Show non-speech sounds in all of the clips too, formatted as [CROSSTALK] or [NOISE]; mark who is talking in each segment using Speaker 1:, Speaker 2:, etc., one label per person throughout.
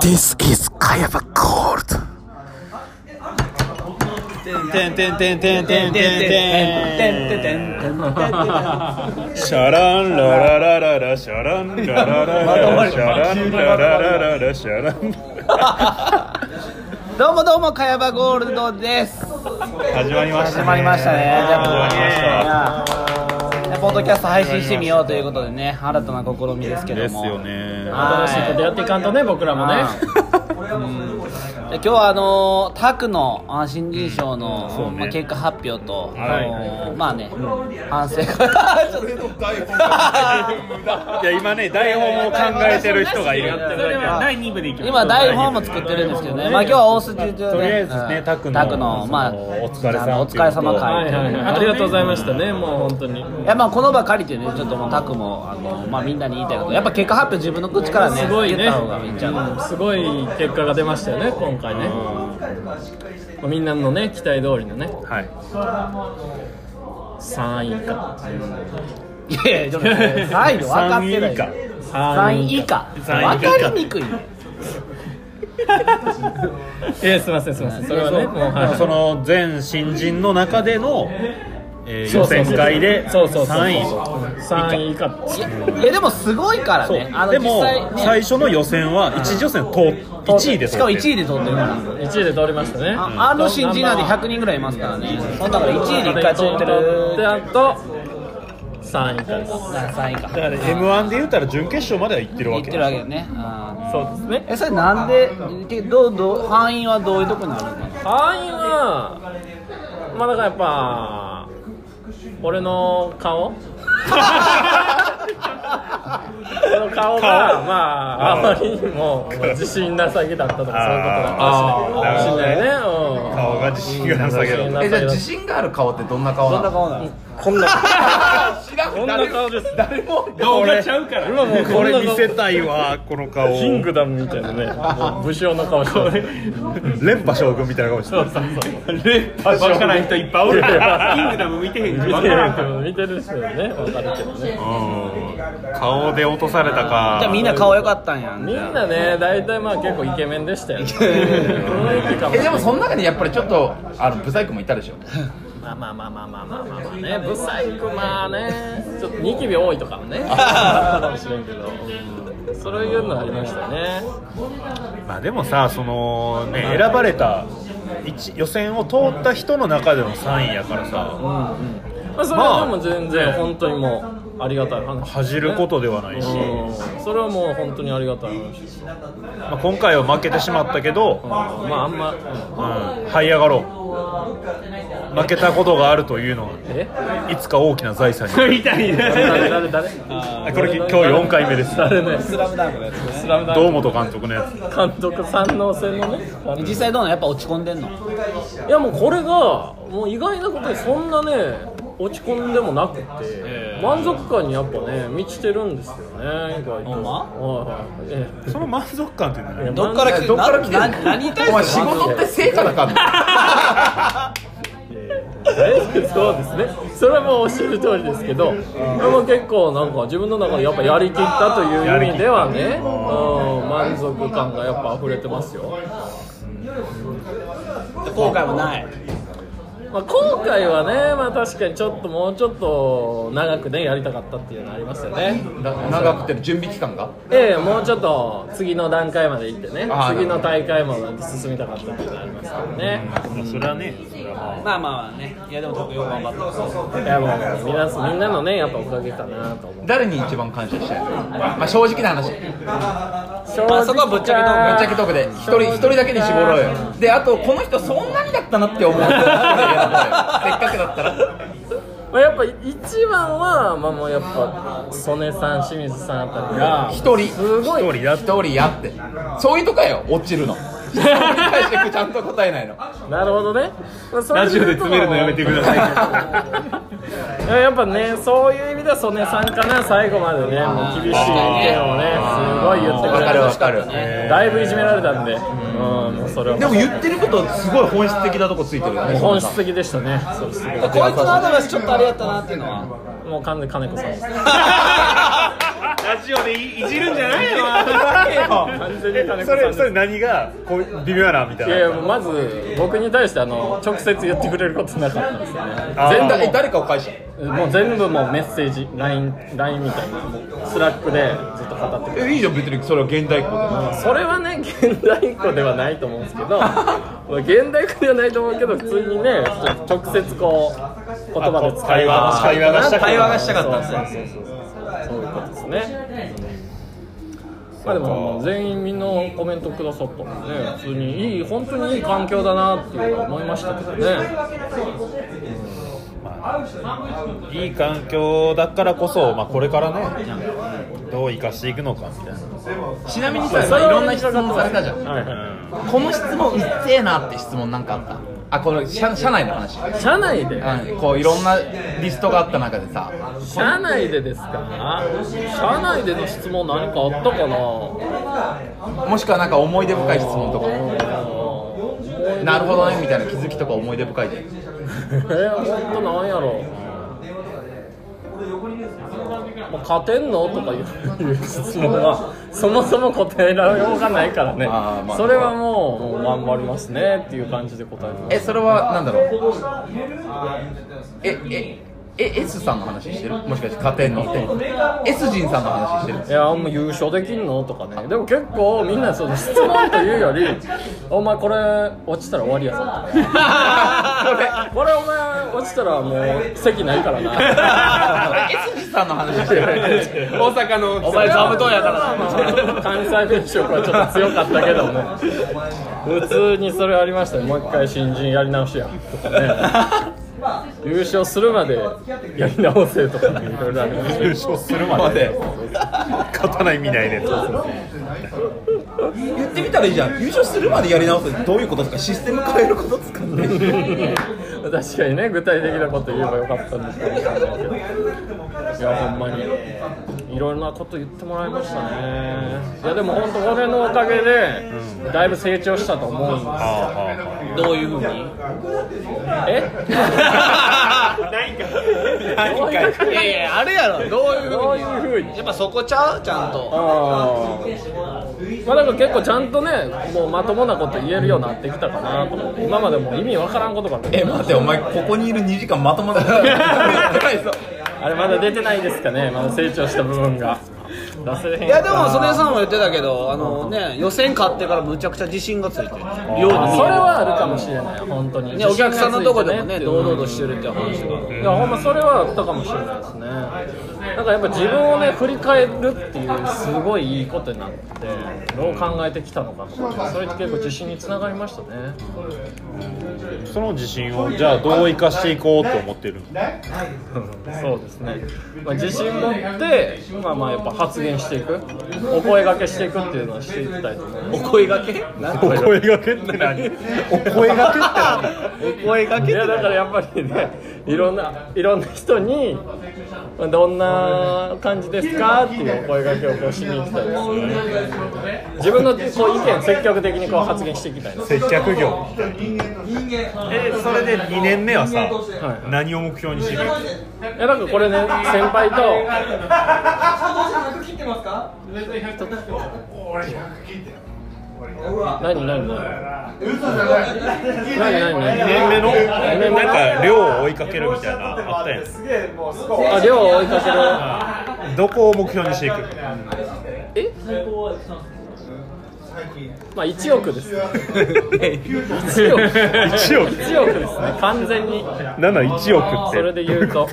Speaker 1: This is Kayaba Gold
Speaker 2: てんてんてんてんてんてんてんてんシャランラララララシャランララララシャランラララララシャラン
Speaker 3: どうもどうもかやばゴールドです
Speaker 2: 始まりました
Speaker 3: 始まりましたねじゃ
Speaker 2: 始まりました
Speaker 3: あいやポッドキャスト配信してみようということでね新たな試みですけ
Speaker 2: で
Speaker 3: ど
Speaker 2: す
Speaker 3: も
Speaker 2: よね
Speaker 3: は
Speaker 4: 新しいことやっていかんとね僕らもね
Speaker 3: で今日はあのータクのあ新人賞の、
Speaker 2: うんそうね
Speaker 3: まあ、結果発表と、
Speaker 2: はい
Speaker 3: あのーまあね、反省会ちょっと
Speaker 2: いや今ね台本を考えてる人がいる
Speaker 3: それでは第
Speaker 4: 2部でい
Speaker 3: [LAUGHS]
Speaker 4: き
Speaker 3: 今台本も作ってるんですけどね、まあ今日は大筋で、
Speaker 2: とりあえずね
Speaker 3: うん
Speaker 2: タクの
Speaker 3: タクのまあ
Speaker 2: そのお疲れさん
Speaker 3: あのお疲れ様
Speaker 4: は
Speaker 3: 会と
Speaker 4: い
Speaker 3: いう
Speaker 4: はいはいありがとうございましたねもう本当に
Speaker 3: いやまあこの場借りてねちょっともうタクもあのまあみんなに言いたいことやっぱ結果発表自分の口からね
Speaker 4: すごい
Speaker 3: 言
Speaker 4: ね
Speaker 3: った方がいいんちゃう
Speaker 4: うんすごい結果が出ましたよね今回ねまあみんなのね期待通りのね
Speaker 2: はい
Speaker 4: 3位以下
Speaker 3: いやいやちょっとね3位で分かってない
Speaker 2: 3位
Speaker 3: 3位以下
Speaker 2: 3位以下
Speaker 3: 分かりにくいね
Speaker 4: いやすいませんすいませんそれはねもう
Speaker 2: まあそ
Speaker 4: は
Speaker 2: の全新人の中での、えー
Speaker 4: い
Speaker 2: 予選会で
Speaker 4: そうそうそう
Speaker 2: 3位
Speaker 4: 3位以下
Speaker 3: いやいやでもすごいから
Speaker 2: そ
Speaker 3: ねあ
Speaker 2: う
Speaker 3: の
Speaker 2: でも
Speaker 3: 実際ね
Speaker 2: 最初の予選は一次予選と1位です
Speaker 3: しかも1位
Speaker 2: で
Speaker 3: で取ってるから
Speaker 4: 1位で通りましたね
Speaker 3: ああの新人なんで100人ぐらいいますからねその中で1位で1回取ってる
Speaker 4: であと3位以下です
Speaker 3: 3位か
Speaker 2: だから m 1で言うたら準決勝までは行ってる
Speaker 3: 言
Speaker 2: わ
Speaker 3: っ
Speaker 2: け
Speaker 3: てるわけよねあ
Speaker 4: そうですね
Speaker 3: ーえそれなんでけどうどう範囲はどういうとこになるのかな
Speaker 4: 会員はまあだからやっぱ俺の顔俺の顔がまああまりにも自信なさげだったとかそういうことだった
Speaker 2: あー
Speaker 4: しね
Speaker 2: な
Speaker 4: ねうん
Speaker 2: 顔が自信がなさげだ
Speaker 4: 自信な
Speaker 1: えじゃ
Speaker 4: さ
Speaker 1: あ自
Speaker 4: げだった
Speaker 1: 信がある顔ってどんな顔なの
Speaker 3: 顔なの
Speaker 4: こんな
Speaker 1: 知らん
Speaker 4: こんな顔です
Speaker 1: 誰も
Speaker 4: 動画ちゃうから今もう
Speaker 2: こ
Speaker 4: こ
Speaker 2: れ
Speaker 4: れ
Speaker 2: 見
Speaker 4: 見
Speaker 2: せ
Speaker 4: せ
Speaker 2: たいわこの顔
Speaker 4: キングダムみたいな [LAUGHS] ねもう武将の顔してる
Speaker 2: 連覇将軍みたいな顔してる連覇将軍ない人いっぱいおるキングダム見てへん
Speaker 4: 見てるけど見てる人はねわかるけどね
Speaker 2: 顔で落とされたか
Speaker 3: じゃあみんな顔良かったんや
Speaker 4: みんなね大体まあ結構イケメンでしたよね雰囲気かも
Speaker 1: えでもその中にやっぱりちょっとあのブサイクもいたでしょ
Speaker 4: まあまあまあまあまあまあまあまあねブサイクまあねちょっとニキビ多いとかもねかもしれんけど、うんそういうのありましたね
Speaker 2: まあでもさそのね選ばれた一予選を通った人の中での3位やからさ
Speaker 4: まあそれはでも全然本当にもうありがたい話
Speaker 2: 恥じることではないし、
Speaker 4: うんそれはもう本当にありがたい話
Speaker 2: まあ、今回は負けてしまったけど、
Speaker 4: まああんま、う
Speaker 2: う
Speaker 4: ん
Speaker 2: ん、這い上がろう負けたことがあるというの
Speaker 4: え
Speaker 2: はいつか大きな財産に
Speaker 4: 誰誰誰
Speaker 2: あこれ今日4回目です
Speaker 4: 誰ねスラムダンクのやつね
Speaker 2: 堂本監督のやつ
Speaker 4: 監督三能戦のね
Speaker 3: 実際どうなのやっぱ落ち込んでんの
Speaker 4: いやもうこれがもう意外なことにそんなね落ち込んでもなくて、満足感にやっぱね満ちてるんですよね意外と
Speaker 3: ほんま
Speaker 4: はいはいえ
Speaker 2: その満足感って何
Speaker 4: え
Speaker 3: どっから来て
Speaker 1: どっから来てんの
Speaker 3: なな何に対
Speaker 1: お前
Speaker 3: して
Speaker 1: 仕事って成果だかん
Speaker 4: えそうですねそれはもうおっしゃる通りですけどでも結構なんか自分の中でやっぱやりきったという意味ではね、うん、満足感がやっぱ溢れてますよ、
Speaker 3: [LAUGHS] 後悔もない
Speaker 4: まあ、後悔はね、まあ、確かにちょっともうちょっと長くねやりたかったっていうのありますよね
Speaker 1: な長くて準備期間が
Speaker 4: ええもうちょっと次の段階まで行ってね
Speaker 1: あー
Speaker 4: 次の大会まで進みたかったっていうのがありますからね
Speaker 2: それはねそれはま
Speaker 3: まあま
Speaker 2: あ
Speaker 3: あまあねいやでも特よく頑張った
Speaker 4: いやもう皆さんみんなのねやっぱおかげかなと思う
Speaker 1: 誰に一番感謝してるの、まあ、正直な話ぶっ
Speaker 4: 正
Speaker 3: あそこはぶっちゃけトー
Speaker 1: ちゃけトークで一人一人だけに絞ろうよであとこの人そんなにだったなって思う [LAUGHS] せっかくだったら
Speaker 4: まあ、やっぱ一番は、まあ、もうやっぱ曽根さん清水さんあたりが
Speaker 1: 一人
Speaker 4: すごい
Speaker 2: 一人だっ
Speaker 1: 一
Speaker 2: て
Speaker 1: 人やってそういうとこやよ落ちるの質問に対してちゃんと答えないの
Speaker 4: なるほどね、まあ、
Speaker 2: ラジオで詰めるのやめてくださ
Speaker 4: [LAUGHS] いややっぱねそういう意味では曽根さんかな最後までねもう厳しい意見をねすごい言ってく
Speaker 1: わ
Speaker 4: れ
Speaker 1: かるわ
Speaker 4: て
Speaker 1: かる [LAUGHS]
Speaker 4: だいぶいじめられたんで、うん、もうそれは
Speaker 1: でも言ってることすごい本質的なとこついてるよね
Speaker 4: 本質的でしたねそうですね
Speaker 3: こいつのアドバイスちょっとあれやったなっていうのは
Speaker 4: もう完全に金子さんです
Speaker 2: ラジオでいじるんじゃないよ
Speaker 4: 完全で金
Speaker 2: [LAUGHS] そ
Speaker 4: 子さん
Speaker 2: れ
Speaker 4: です
Speaker 2: それ何がこう微妙やなみたい
Speaker 4: い
Speaker 2: な
Speaker 4: やいやまず僕に対してあの直接言ってくれることなかったんですよね
Speaker 2: あー
Speaker 4: 全
Speaker 1: だえ
Speaker 4: 部
Speaker 1: 誰かを返したの
Speaker 4: もう全部もうメッセージ LINE, LINE みたいなもうスラックでずっと語ってくれる
Speaker 1: えいいじゃん別にそれは現代っ子で
Speaker 4: それはね現代っ子ではないと思うんですけど [LAUGHS] まあ現代っ子ではないと思うけど普通にねちょ直接こう言葉で使い
Speaker 2: あ会話がしたかった
Speaker 5: 会話がしたかったんですよ
Speaker 4: そういうことですね。まあでも全員みんなコメントくださったので、ね、普通にいい本当にいい環境だなっていうのは思いましたけどね。
Speaker 2: いい環境だからこそ、まあ、これからねどう生かしていくのかみたいな
Speaker 1: ちなみにさ今いろんな質問されたじゃん
Speaker 4: はいは
Speaker 1: この質問うっせえなって質問なんかあったあこの社社内の話
Speaker 4: い。社内で、
Speaker 1: うんこういろんなリストがあった中でさ
Speaker 4: 社内でですか。社内での質問何かあったかな。
Speaker 1: もしくはなんか思い出深い質問とかなるほどねみたいな気づきとか思い出深いで
Speaker 4: えー、本当なんやろもう勝てんのとかいういう質問はそもそも答えられようがないからね、
Speaker 1: あーまあ
Speaker 4: それはもうもう頑張りますねっていう感じで答えてます
Speaker 1: えそれはなんだろうえええ S さんの話してるもしかして家庭のって S 人さんの話 [LAUGHS] してる
Speaker 4: いやあんま優勝できんのとかねでも結構みんなその質問というより「お前これ落ちたら終わ
Speaker 1: [LAUGHS]
Speaker 4: りやぞ」とかこれお前落ちたらもう席ないか
Speaker 1: [LAUGHS]
Speaker 4: らな
Speaker 1: S 人さんの話してる [LAUGHS] 大阪のお前
Speaker 4: 座布団
Speaker 1: [LAUGHS]
Speaker 4: やから関西弁色はちょっと強かったけども普通にそれありましたねもう一回新人やり直しやとかね優勝するまでやり直せとかねいろいろありました
Speaker 2: 優勝するまで勝たない見ないでと
Speaker 1: 言ってみたらいいじゃん優勝するまでやり直すってどういうことですかシステム変えることですかね
Speaker 4: 確かにね具体的なこと言えばよかったんですけどいやほんまにいろんなこと言ってもらいましたねいやでも本当これのおかげでだいぶ成長したと思うんですよ
Speaker 3: どういうふうに
Speaker 4: え
Speaker 3: い
Speaker 4: どういうふうに
Speaker 3: やいやあれやろどういう
Speaker 4: どういうふうに
Speaker 3: やっぱそこちゃうちゃんと
Speaker 4: あーまあだから結構ちゃんとねもうまともなこと言えるようになってきたかなと思って今までもう意味わからんことばっかり
Speaker 1: え待ってお前ここにいる2時間まともな [LAUGHS] こと言ってないぞ
Speaker 4: あれまだ出てないですかねまだ成長した部分が出せへんか
Speaker 3: いやでも曽根さんも言ってたけどあのね予選勝ってからむちゃくちゃ自信がついてるように見える
Speaker 4: それはあるかもしれない本当に
Speaker 3: ねお客さんのとこでもね堂々として
Speaker 4: る
Speaker 3: るって話が
Speaker 4: いやほんまそれはあったかもしれないですねなんかやっぱ自分をね振り返るっていうすごいいいことになってどう考えてきたのかとかそれって結構自信につながりましたね
Speaker 2: その自信をじゃあどう生かしていこうと思ってる
Speaker 4: そうですね、まあ、自信持って、まあ、まあやっぱ発言していくお声掛けしていくっていうのはしていきたいと思います
Speaker 3: お声がけ
Speaker 2: お声がけって何お声がけって何
Speaker 3: お声が
Speaker 4: い
Speaker 3: け
Speaker 4: やだからやっぱりねいろんないろんな人にまあどんな感じですかっていうお声掛けをこうしに行きたいですね自分のこう意見積極的にこう発言していきたいです
Speaker 2: 接客業えそれで2年目はさ、
Speaker 4: い
Speaker 2: 何を目標にしていく
Speaker 4: いやなんかこれね先輩と
Speaker 2: 2
Speaker 4: 何何何何何何
Speaker 2: 年目の
Speaker 4: 二年目の
Speaker 2: なんか量を追いかけるみたいなあったや
Speaker 4: あ量を追いかける
Speaker 2: んどこを目標にしていく
Speaker 4: えまあ1億ですね1億
Speaker 2: 1億
Speaker 4: 1億ですね完全に
Speaker 2: 71億って
Speaker 4: それで言うと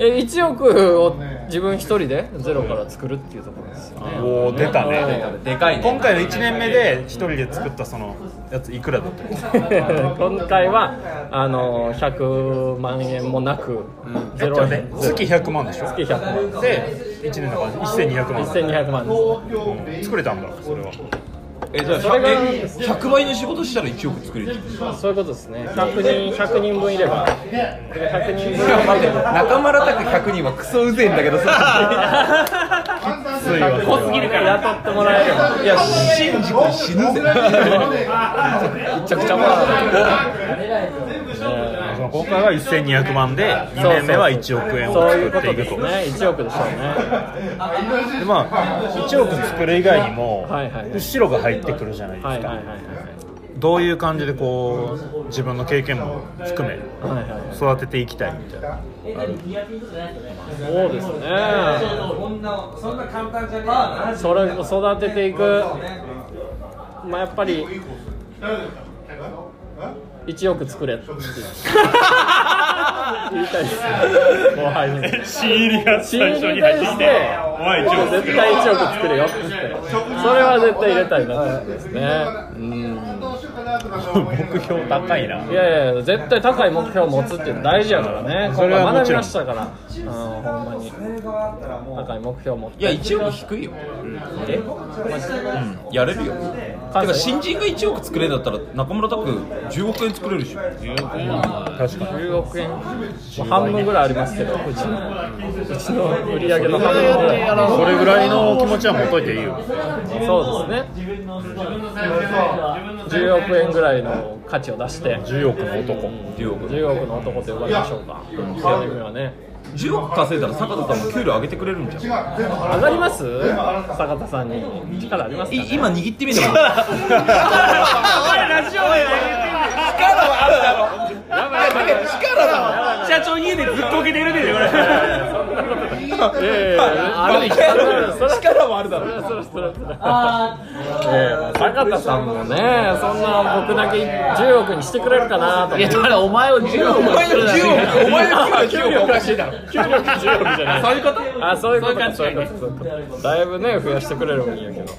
Speaker 4: え1億を自分一人でゼロから作るっていうところですよね
Speaker 2: [LAUGHS] おお出たね
Speaker 1: でかいね
Speaker 2: 今回の1年目で1人で作ったそのやついくらだったっけ
Speaker 4: [LAUGHS] 今回はあの100万円もなくゼロ円
Speaker 2: 月100万でしょ
Speaker 4: 月100万
Speaker 2: で1年だから1200万
Speaker 4: 1200万ですね
Speaker 2: 作れたんだそれは
Speaker 1: えじゃあ
Speaker 4: それが
Speaker 1: え100倍の仕事したら1億作れる
Speaker 4: そういうことですね100人100人分いれば100人分いれば
Speaker 1: 中村拓100人はクソうぜえんだけどさ [LAUGHS]
Speaker 2: ついは
Speaker 4: 濃すぎるから雇ってもらえれば
Speaker 1: いやシンジ君死ぬぜ
Speaker 4: めちゃくちゃもらう
Speaker 2: その今回は1200万で2年目は1億円を
Speaker 4: そうい
Speaker 2: 作
Speaker 4: うこ
Speaker 2: って
Speaker 4: と
Speaker 2: いく
Speaker 4: です
Speaker 2: と
Speaker 4: ね1億でしょうね
Speaker 2: でまあ1億作る以外にも
Speaker 4: はいはいはい
Speaker 2: 後ろが入ってくるじゃないです
Speaker 4: はい
Speaker 2: か
Speaker 4: はいはいはい
Speaker 2: どういう感じでこう自分の経験も含め
Speaker 4: はいはいはい
Speaker 2: 育てていきたいみたいな
Speaker 4: そうですねそれを育てていくまあやっぱり1億作れって言いたいですね後輩にも
Speaker 2: 新入りが
Speaker 4: 新入りに対して僕絶対1億作れよって言ってそれは絶対入れたいなって思いますね
Speaker 2: 目標高いない
Speaker 4: やいや絶対高い目標を持つって大事やからね
Speaker 2: そ
Speaker 4: 今
Speaker 2: れ
Speaker 4: 回
Speaker 2: はも
Speaker 4: 学
Speaker 2: ち
Speaker 4: び
Speaker 2: ろん
Speaker 4: ましたからうんほんまに高い目標を持って
Speaker 1: いや1億低いよ、
Speaker 4: え
Speaker 1: うん、やれるよてか新人が1億作れんだったら中村拓10億円作れるでしょ
Speaker 2: 確かに
Speaker 4: 10億円半分ぐらいありますけどうちのうちの売り上げの半分ぐらい
Speaker 2: それぐらいの気持ちは持っといていいよ
Speaker 4: そうですね10億円ぐらいの価値を出して
Speaker 2: 10億の男
Speaker 1: 10億
Speaker 4: 10億の男と呼ばれましょうかそういう意味はね
Speaker 1: 10億稼いだら坂田さんも給料上げてくれるんじゃん
Speaker 4: 上がります坂田さんに力ありますか、ね、
Speaker 1: い今握ってみれば力
Speaker 3: ラジオで
Speaker 1: はあるだろ
Speaker 4: やばいやばいやばい
Speaker 1: 力だ
Speaker 3: 社長家でずっこけてるでねこれ
Speaker 4: いやいやいやある意味
Speaker 1: 力はあるだろ
Speaker 4: そらそらそらええ坂田さんもねそんな僕だけ10億にしてくれるかなと思っ
Speaker 3: い
Speaker 4: て
Speaker 3: やだからお前を10億
Speaker 1: お前の10億お前の
Speaker 4: 給
Speaker 1: 10億
Speaker 4: 料
Speaker 1: おかしいだろ
Speaker 4: 給料10億じゃない
Speaker 3: そういうこと
Speaker 4: あそういうことかそ
Speaker 3: そうう
Speaker 4: い
Speaker 3: いうう
Speaker 4: こ
Speaker 3: 感じ
Speaker 4: とそういうことだいぶね増やしてくれるんやけど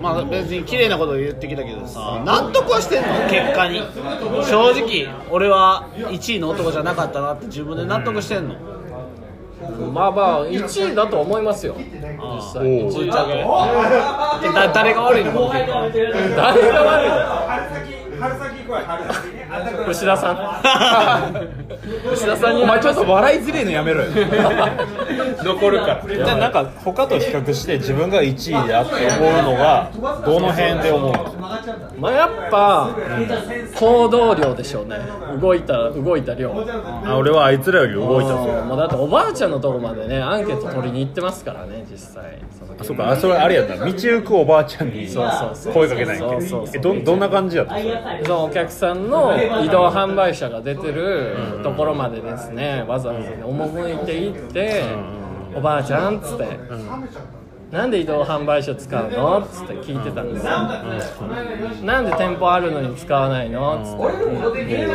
Speaker 3: まあ別に綺麗なこと言ってきたけどさ納得はしてんの結果に正直俺は1位の男じゃなかったなって自分で納得してんの
Speaker 4: まあまあ1位だと思いますよ実際
Speaker 2: おう
Speaker 3: ぶっちゃけだ誰が悪いのこの結果
Speaker 4: 誰が悪いの
Speaker 5: 春
Speaker 4: 吉田さ
Speaker 2: [LAUGHS]
Speaker 4: ん吉田さんに
Speaker 1: お前ちょっと笑いづれえのやめろよ
Speaker 2: 残るからじゃあなんか他と比較して自分が1位だって思うのがどの辺で思うの
Speaker 4: まあやっぱ行動量でしょうね動いた動いた量
Speaker 2: あ俺はあいつらより動いたぞ
Speaker 4: もうだっておばあちゃんのとこまでねアンケート取りに行ってますからね実際その
Speaker 2: あそうかあそれあれやった道行くおばあちゃんに
Speaker 4: そうそうそう
Speaker 2: 声かけない
Speaker 4: そう
Speaker 2: っ
Speaker 4: そうそう
Speaker 2: てえどどんな感じやったそれ
Speaker 4: そのお客さんの移動販売車が出てるところまでですねわざわざね赴いて行って「おばあちゃん」っつって「なんで移動販売車使うの?」っつって聞いてたんですよ「なんで店舗あるのに使わないの?」っつって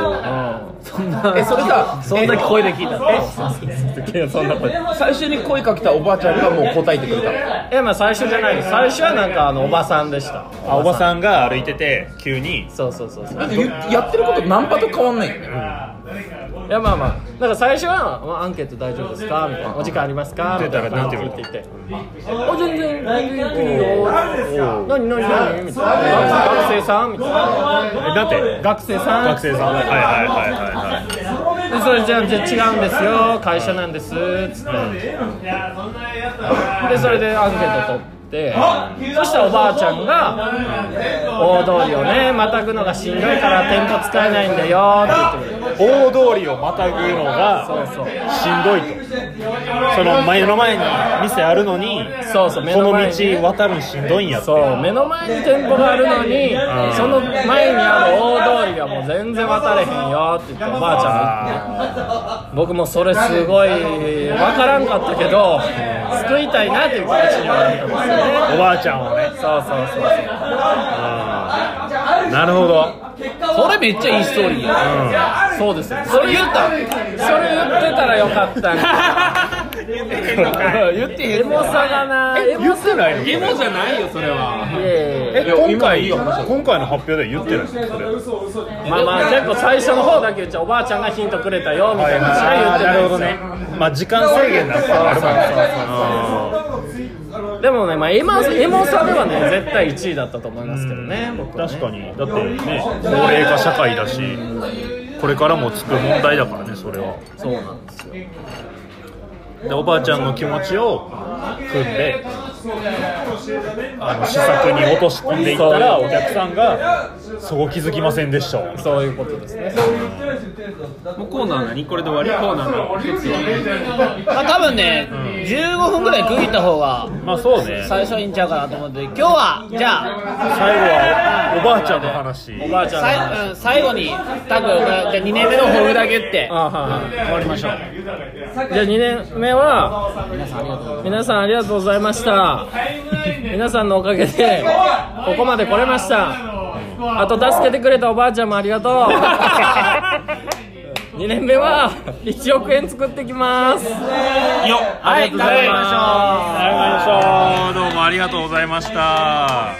Speaker 3: そんな
Speaker 1: えそれさ
Speaker 3: そんな声で聞いたの
Speaker 4: うんそんなこと
Speaker 1: 最初に声かけたおばあちゃんがもう答えてくれたの
Speaker 4: えまあ最初じゃないです最初はなんかあのおばさんでした
Speaker 2: あおばさんが歩いてて急に
Speaker 4: そうそうそうそう
Speaker 1: だって言やってることナンパと変わんないよね
Speaker 4: いやまあまあなんか最初は「まあアンケート大丈夫ですか?」みたいな「お時間ありますか?」みたいな感じで聞いていて「あ全然全然いいよ」何何何?」みたいな「学生さん?」みたい
Speaker 2: え
Speaker 4: な
Speaker 2: だって
Speaker 4: 「学生さん?」
Speaker 2: 学生さんはいはいはいはいはい
Speaker 4: でそれじゃあじゃあ違うんですよ会社なんです」っつってでそれでアンケート取ってそしたらおばあちゃんが「大通りをねまたぐのがしんどいから店舗使えないんだよ」って言ってくれて。
Speaker 2: 大通りをまたぐのが
Speaker 4: そうそう
Speaker 2: しんどいとその前の前に店あるのに
Speaker 4: そうそう目
Speaker 2: こ
Speaker 4: の
Speaker 2: の
Speaker 4: 前にね
Speaker 2: 道渡るのしんどいんやって
Speaker 4: そう目の前に店舗があるのに
Speaker 2: ん
Speaker 4: その前にある大通りがもう全然渡れへんよって言っておばあちゃんが言って
Speaker 2: あ
Speaker 4: 僕もそれすごい分からんかったけど救いたいなっていう気持ちにはなってますね
Speaker 2: ーおばあちゃんをね
Speaker 4: そうそうそう
Speaker 2: あーなるほど
Speaker 3: それめっちゃいいストーリーや
Speaker 4: そうそうですよそれ言ったそれ言ってたらよかったん [LAUGHS] や
Speaker 3: 言ってへ
Speaker 4: エ
Speaker 3: んの
Speaker 4: モさがなエモ
Speaker 2: 言ってないの
Speaker 3: ゲモじゃないよそれはい
Speaker 4: やいや
Speaker 2: え
Speaker 4: いや
Speaker 2: 今回今回の発表では言ってないのそれ
Speaker 4: まあまあ結構最初の方だけ言っちゃうおばあちゃんがヒントくれたよみたいなそれは言って
Speaker 2: な
Speaker 4: ない
Speaker 2: る
Speaker 4: で
Speaker 2: ほど
Speaker 4: すよ
Speaker 2: ねまあ時間制限なんかあるからね
Speaker 4: でもね、まあ、エマエモさではね絶対1位だったと思いますけどね、僕はね
Speaker 2: 確かにだってね高齢化社会だしこれからもつく問題だからねそれは
Speaker 4: そうなんですよ
Speaker 2: でおばあちゃんの気持ちを組んであの施策に落とし込んでいったらお客さんが「そこ気づきませんでしたわ」
Speaker 4: そういうことですね
Speaker 5: もうコーナー何これで終わりコーナー
Speaker 3: まあ多分ね、15分ぐらい区切った方が
Speaker 5: まあそうね
Speaker 3: 最初いいんちゃうかなと思って今日はじゃあ
Speaker 2: 最後はおばあちゃんの話
Speaker 4: おばあちゃんの話
Speaker 3: さいうん最後にタグがじゃあ2年目の抱負だけ言
Speaker 4: [LAUGHS]
Speaker 3: って
Speaker 4: あはいはい
Speaker 3: 終わりましょう
Speaker 4: じゃあ2年目は皆さんありがとうございました皆さんのおかげでここまで来れましたあと助けてくれたおばあちゃんもありがとう2 [LAUGHS] 年目は1億円作ってきます
Speaker 5: よっ
Speaker 4: はい頑張りましょう
Speaker 5: はいどうもありがとうございました。